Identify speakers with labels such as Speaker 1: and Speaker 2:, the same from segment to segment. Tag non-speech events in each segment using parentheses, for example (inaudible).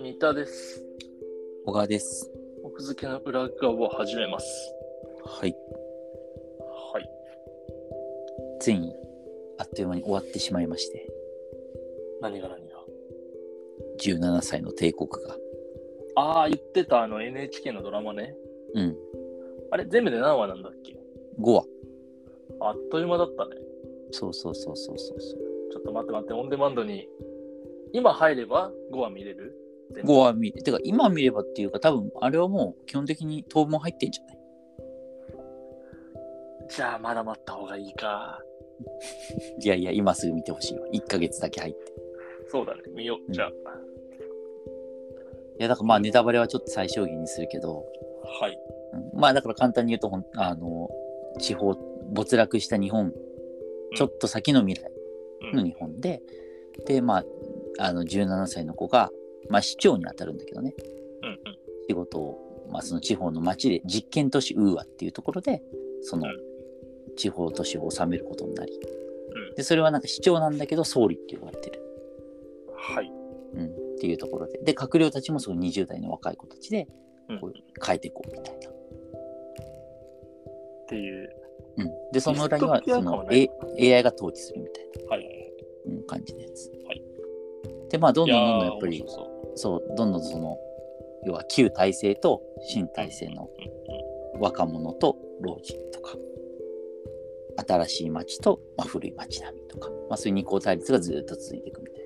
Speaker 1: 三田です。
Speaker 2: 小川です。
Speaker 1: 奥付けの裏側を始めます。
Speaker 2: はい。
Speaker 1: はい。
Speaker 2: ついに、あっという間に終わってしまいまして、
Speaker 1: 何が何が。
Speaker 2: 17歳の帝国が。
Speaker 1: ああ、言ってたあの NHK のドラマね。
Speaker 2: うん。
Speaker 1: あれ、全部で何話なんだっけ
Speaker 2: 5話。
Speaker 1: あっという間だったね。
Speaker 2: そうそうそうそうそうそ
Speaker 1: ちょっと待って待って、オンデマンドに。今入れば5話見れる
Speaker 2: う。5話見れ、てか今見ればっていうか多分、あれはもう基本的に当分入ってんじゃない
Speaker 1: じゃあ、まだ待った方がいいか。
Speaker 2: いやいや、今すぐ見てほしいわ。1ヶ月だけ入って。
Speaker 1: そうだね、見よう。じゃあ。
Speaker 2: いや、だからまあネタバレはちょっと最小限にするけど、
Speaker 1: はい。
Speaker 2: うんまあだから簡単に言うとほん、あの、地方、没落した日本、ちょっと先の未来
Speaker 1: う
Speaker 2: の
Speaker 1: ん。
Speaker 2: 日本で、で、まあ、あの、17歳の子が、まあ市長に当たるんだけどね。
Speaker 1: うん
Speaker 2: 仕事を、まあ、その地方の町で実験都市ウーアっていうところでその
Speaker 1: うん
Speaker 2: 地方都市を治めることになり、
Speaker 1: うん
Speaker 2: でそれはなんか市長なんだけど総理って呼ばれてる、
Speaker 1: うん。はい。
Speaker 2: うん、っていうところでで閣僚たちもすごい20代の若い子たちで
Speaker 1: うん
Speaker 2: こう変えていこうみたいな、
Speaker 1: っていう。
Speaker 2: うん、でその裏には
Speaker 1: ディストピ
Speaker 2: そ
Speaker 1: ア感は
Speaker 2: の、
Speaker 1: ない
Speaker 2: A、AI が統治するみた
Speaker 1: は
Speaker 2: い
Speaker 1: い。
Speaker 2: な、うん、感じのやつ、
Speaker 1: はい
Speaker 2: でまあどん
Speaker 1: い
Speaker 2: どん
Speaker 1: や
Speaker 2: どん
Speaker 1: ー
Speaker 2: どんやっぱり
Speaker 1: 面白そう
Speaker 2: そうどんどんその要は旧体制と新体制の
Speaker 1: うん
Speaker 2: 若者と老人とか新しい町と、まあ、古い町並みとか、まあ、そういう二項対立がずっと続いていくみたい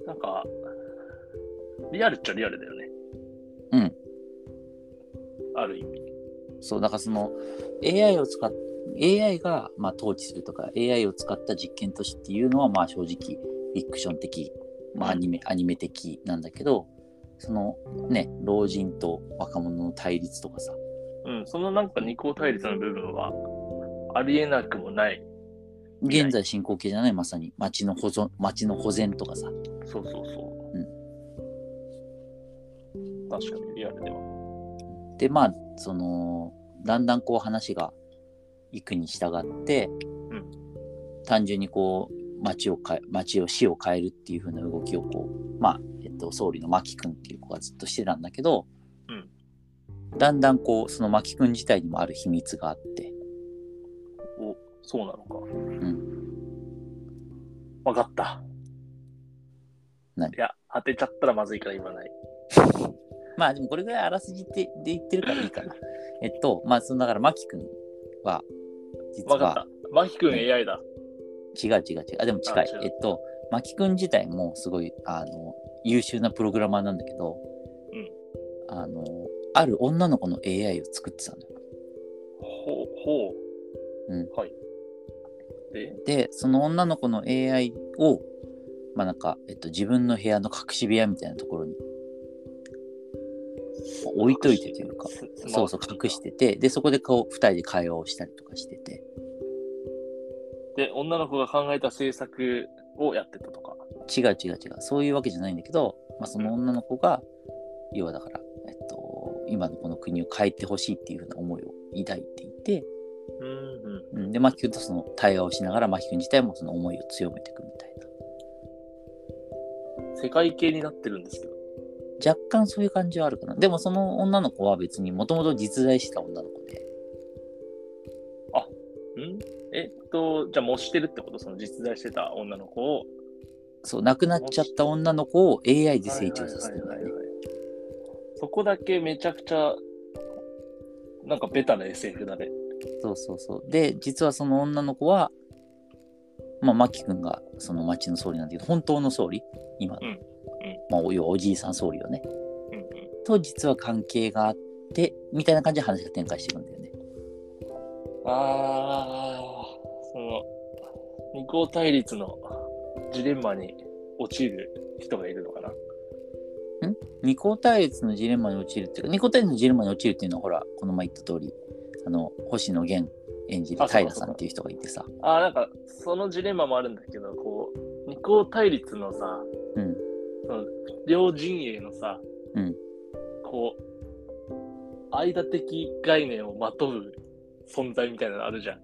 Speaker 1: うんなんか、リアルっちゃリアルだよね。
Speaker 2: うん。
Speaker 1: ある意味。
Speaker 2: なそうだからその AI を使っ AI がまあ統治するとか AI を使った実験都市っていうのはまあ正直フィクション的、まあ、アニメアニメ的なんだけどそのね老人と若者の対立とかさ
Speaker 1: うん、そのなんか二項対立の部分はありえなくもない。
Speaker 2: 現在進行形じゃないまさに町の保存町の保全とかさ
Speaker 1: そうそうそう。確かにリアルでは。
Speaker 2: でまあそのだんだんこう話が行くに従って、
Speaker 1: ん
Speaker 2: 単純にこう町を変え町を市を変えるっていう風な動きをこうまあ、えっと、総理の牧君っていう子がずっとしてたんだけど、
Speaker 1: うん
Speaker 2: だんだんこうその牧君自体にもある秘密があって。
Speaker 1: そうなのか。うんわかった。
Speaker 2: 何
Speaker 1: いや、当てちゃったらまずいから言わない。
Speaker 2: まあでもこれぐらいあらすじってで言ってるからい
Speaker 1: (laughs)
Speaker 2: いかなえっとまあそのだから牧君は実
Speaker 1: わかっ
Speaker 2: は
Speaker 1: た。マキ君 AI だ。
Speaker 2: 違う違う違うあでも近い
Speaker 1: あ違う
Speaker 2: えっと牧くん自体もすごいあの優秀なプログラマーなんだけど、
Speaker 1: うん
Speaker 2: あのある女の子の AI を作ってたのよ
Speaker 1: ほう、ほう。
Speaker 2: うん
Speaker 1: はい。で、
Speaker 2: でその女の子の AI をまあなんか、えっと、自分の部屋の隠し部屋みたいなところに置いといてというか
Speaker 1: ススマー
Speaker 2: そ
Speaker 1: ト
Speaker 2: うそう
Speaker 1: フォン
Speaker 2: 隠しててでそこでこう2人で会話をしたりとかしてて
Speaker 1: で、女の子が考えた政策をやってたとか。
Speaker 2: 違う違う違うそういうわけじゃないんだけど、まあ、その女の子が要はだから、えっと、今のこの国を変えてほしいっていうふうな思いを抱いていて、
Speaker 1: うんうん。
Speaker 2: うん、で真木君とその対話をしながら真木君自体もその思いを強めていくみたいな
Speaker 1: 世界系になってるんですけど。
Speaker 2: 若干そういう感じはあるかなでもその女の子は別にもともと実在してた女の子で
Speaker 1: んえっと、じゃあ模してるってことその実在してた女の子を。
Speaker 2: そう亡くなっちゃった女の子を AI で成長させてるんだ
Speaker 1: はい
Speaker 2: よ
Speaker 1: はいはい
Speaker 2: ね
Speaker 1: はいそこだけめちゃくちゃ、なんかベタな SF だね。
Speaker 2: そうそうそうで実はその女の子はまあ真木君がその町の総理なんだけど本当の総理今の、
Speaker 1: うんうん
Speaker 2: まあお要はおじいさん総理よね
Speaker 1: うんうん。
Speaker 2: と実は関係があってみたいな感じで話が展開していくんだよね。
Speaker 1: あー、その、二項対立のジレンマに陥る人がいるのかな。
Speaker 2: 二項対立のジレンマに陥るっていうか二項対立のジレンマに陥るっていうのはほらこの前言った通りあの星野源演じる
Speaker 1: あそう
Speaker 2: 平
Speaker 1: かそうか
Speaker 2: さんっていう人がいてさ
Speaker 1: あー、なんかそのジレンマもあるんだけど、こう、二項対立のさ、
Speaker 2: うん
Speaker 1: その両陣営のさ、
Speaker 2: うん
Speaker 1: こう間的概念をまとう存在みたいなのあるじゃん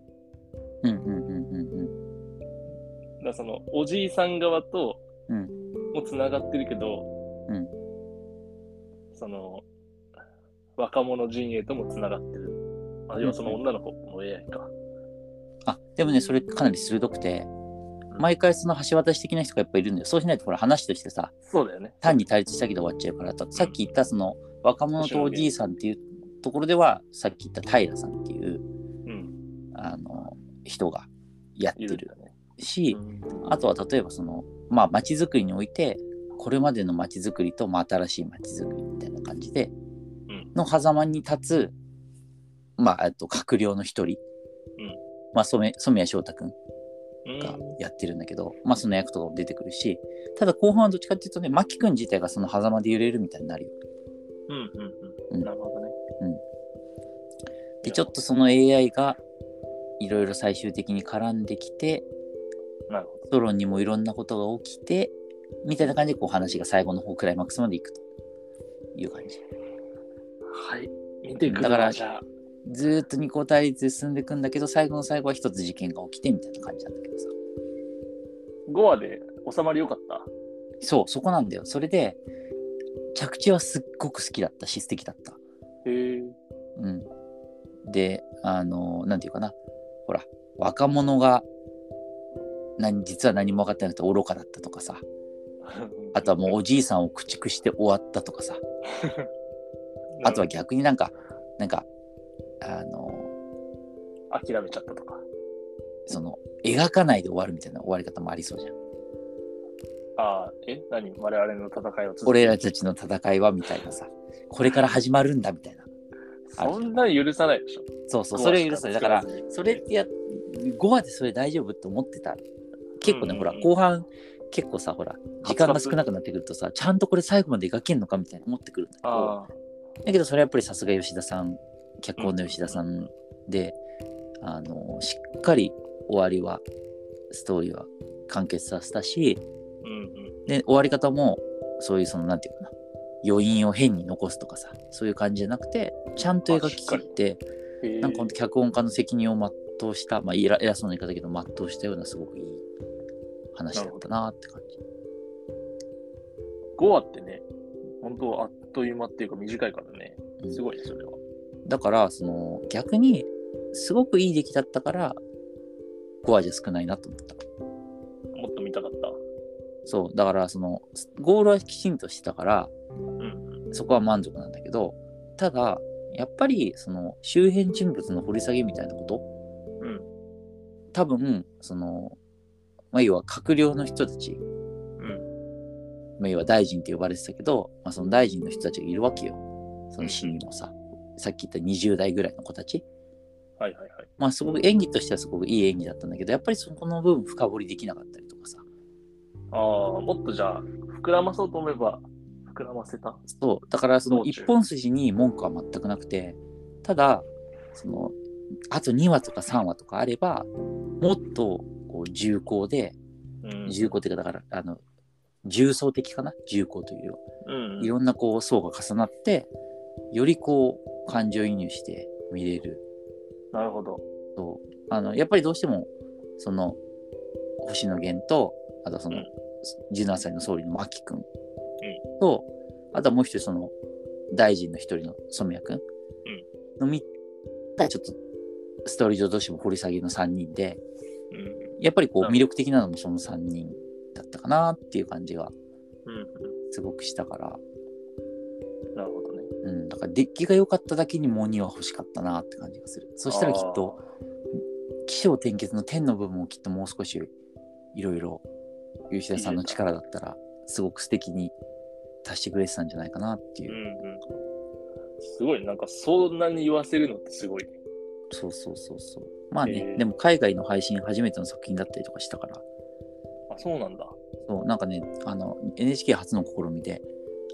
Speaker 2: うんうんうんう
Speaker 1: だ
Speaker 2: ん
Speaker 1: からそのおじいさん側と
Speaker 2: うん
Speaker 1: もつながってるけど、
Speaker 2: うん
Speaker 1: その若者陣営ともつながってる、まあ、要はその女の子の AI か、
Speaker 2: あでもねそれかなり鋭くて毎回その橋渡し的な人がやっぱいるんだよそうしないとほら話としてさ
Speaker 1: そうだよね
Speaker 2: 単に対立したけど終わっちゃうからさっき言ったその若者とおじいさんっていうところではさっき言った平さんっていう
Speaker 1: うん
Speaker 2: あの人がやって
Speaker 1: いるん
Speaker 2: る
Speaker 1: だね
Speaker 2: し、
Speaker 1: うん
Speaker 2: あとは例えばそのまあ街づくりにおいてこれまでの街づくりと、まあ、新しい街づくりみたいな感じで、
Speaker 1: うん
Speaker 2: の狭間に立つまあえっと閣僚の一人、
Speaker 1: うん
Speaker 2: まあ、染染谷翔太君
Speaker 1: うん
Speaker 2: がやってるんだけど、まあその役とかも出てくるしただ後半はどっちかっていうとね牧君自体がその狭間で揺れるみたいになるよ
Speaker 1: うんうんう
Speaker 2: うんん
Speaker 1: なるほどね
Speaker 2: でちょっとその AI がいろいろ最終的に絡んできて
Speaker 1: なるほど
Speaker 2: ソロンにもいろんなことが起きてみたいな感じでこう話が最後の方クライマックスまでいくという感じ
Speaker 1: はい見てくだ
Speaker 2: だから
Speaker 1: じゃあ
Speaker 2: ずーっと二項対立で進んでいくんだけど最後の最後は一つ事件が起きてみたいな感じなんだけどさ
Speaker 1: 5話で収まりよかった
Speaker 2: そうそこなんだよそれで着地はすっごく好きだったし素敵だった
Speaker 1: へえ
Speaker 2: うん、であのなんていうかなほら若者が何実は何も分かってなくて愚かだったとかさあとはもうおじいさんを駆逐して終わったとかさあとは逆になんかなんかあの
Speaker 1: 諦めちゃったとか
Speaker 2: その描かないで終わるみたいな終わり方もありそうじゃん
Speaker 1: ああえ何我々の戦いを続け
Speaker 2: 俺らたちの戦いはみたいなさこれから始まるんだみたいな
Speaker 1: そんな許さないでしょ
Speaker 2: そうそうそれは許さないだからそれってや5話でそれ大丈夫って思ってた結構ね、
Speaker 1: うん
Speaker 2: ほら後半結構さほら時間が少なくなってくるとさちゃんとこれ最後まで描けんのかみたいな思ってくるんだけど
Speaker 1: ああ
Speaker 2: だけどそれはやっぱりさすが吉田さん脚本の吉田さんで、あのしっかり終わりはストーリーは完結させたし
Speaker 1: うんうん
Speaker 2: で終わり方もそういうそのなんていうかな余韻を変に残すとかさそういう感じじゃなくてちゃんと描き切って
Speaker 1: へえ
Speaker 2: なんか本当脚本家の責任を全うした、まあ、偉偉そうな言い方だけど全うしたようなすごくいい話だったなって感じ。
Speaker 1: 5話ってね、本当あっという間っていうか短いからね、
Speaker 2: うん
Speaker 1: すごいねそれは。
Speaker 2: だからその逆にすごくいい出来だったから5話じゃ少ないなと思った。
Speaker 1: もっと見たかった。
Speaker 2: そうだからそのゴールはきちんとしてたから
Speaker 1: うん。
Speaker 2: そこは満足なんだけどただやっぱりその周辺人物の掘り下げみたいなこと
Speaker 1: うん。
Speaker 2: 多分その、まあ、要は閣僚の人たち、
Speaker 1: うん。
Speaker 2: まあ、要は大臣って呼ばれてたけど、まあ、その大臣の人たちがいるわけよ。その市民もさ、さっき言った20代ぐらいの子たち。
Speaker 1: はいはいはい。
Speaker 2: まあ、すごく演技としてはすごくいい演技だったんだけど、やっぱりそこの部分深掘りできなかったりとかさ。
Speaker 1: ああ、もっとじゃあ、膨らまそうと思えば、膨らませた。
Speaker 2: そう、だからそ
Speaker 1: 道
Speaker 2: の
Speaker 1: 中
Speaker 2: 一本筋に文句は全くなくて、ただ、その、あと2話とか3話とかあれば、もっとこう重厚で、
Speaker 1: うん
Speaker 2: 重厚っていうか、だから、あの、重層的かな重厚というよりは
Speaker 1: うん。
Speaker 2: いろんなこう層が重なってよりこう感情移入して見れる
Speaker 1: なるほど。
Speaker 2: とあのやっぱりどうしてもその星野源とあとその
Speaker 1: うん
Speaker 2: 17歳の総理の牧君と、あとはもう一人その大臣の一人の染谷君の3がちょっとストーリー上どうしても掘り下げの3人で
Speaker 1: うん。
Speaker 2: やっぱりこ
Speaker 1: な
Speaker 2: う
Speaker 1: るほど
Speaker 2: 魅力的なのもその3人だったかなっていう感じが
Speaker 1: うん。
Speaker 2: すごくしたから。
Speaker 1: なるほどね。
Speaker 2: うん、だからデッキが良かっただけにもう2は欲しかったなって感じがするそしたらきっと起承転結の天の部分をきっともう少しいろいろ吉田さんの力だったらすごく素敵に足してくれてたんじゃないかなってい
Speaker 1: あー。う
Speaker 2: う、
Speaker 1: んうん。すごい、なんかそんなに言わせるのってすごい。
Speaker 2: そうそうそうそうまあね、
Speaker 1: えー
Speaker 2: でも海外の配信初めての作品だったりとかしたから
Speaker 1: あ、そうなんだ。
Speaker 2: そうなんかねあの NHK 初の試みで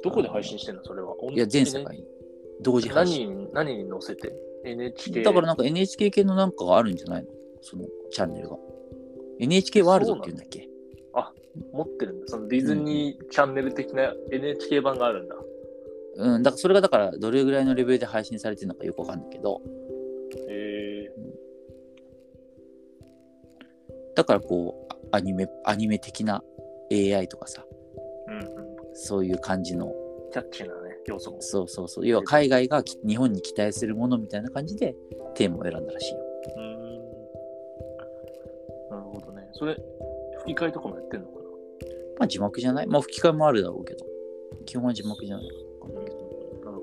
Speaker 1: どこで配信してんのそれは。
Speaker 2: いや全世界に同時配信
Speaker 1: 何に、何に載せて ?NHK。
Speaker 2: だからなんか NHK 系のなんかがあるんじゃないのそのチャンネルが NHK ワールドっていうんだっけ
Speaker 1: 持ってるんだ。そのディズニーチャンネル的な NHK 版があるんだ。
Speaker 2: うん、だからそれがだからどれぐらいのレベルで配信されてるのかよくわかんないけど、
Speaker 1: へえ。
Speaker 2: だからこうアニメアニメ的な AI とかさ
Speaker 1: うんうん。
Speaker 2: そういう感じの
Speaker 1: キャッチーなね、要素も。
Speaker 2: そうそうそう要は海外がき日本に期待するものみたいな感じでテーマを選んだらしいよ
Speaker 1: うーん。なるほどね。それ、吹き替えとかもやってんのか
Speaker 2: まあ字幕じゃないまあ吹き替えもあるだろうけど基本は字幕じゃない
Speaker 1: ななるほど。い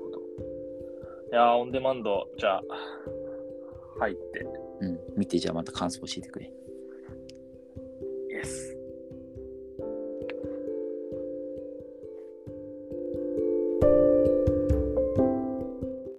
Speaker 1: やー、オンデマンド、じゃあ、入って。
Speaker 2: うん見てじゃあまた感想教えてくれ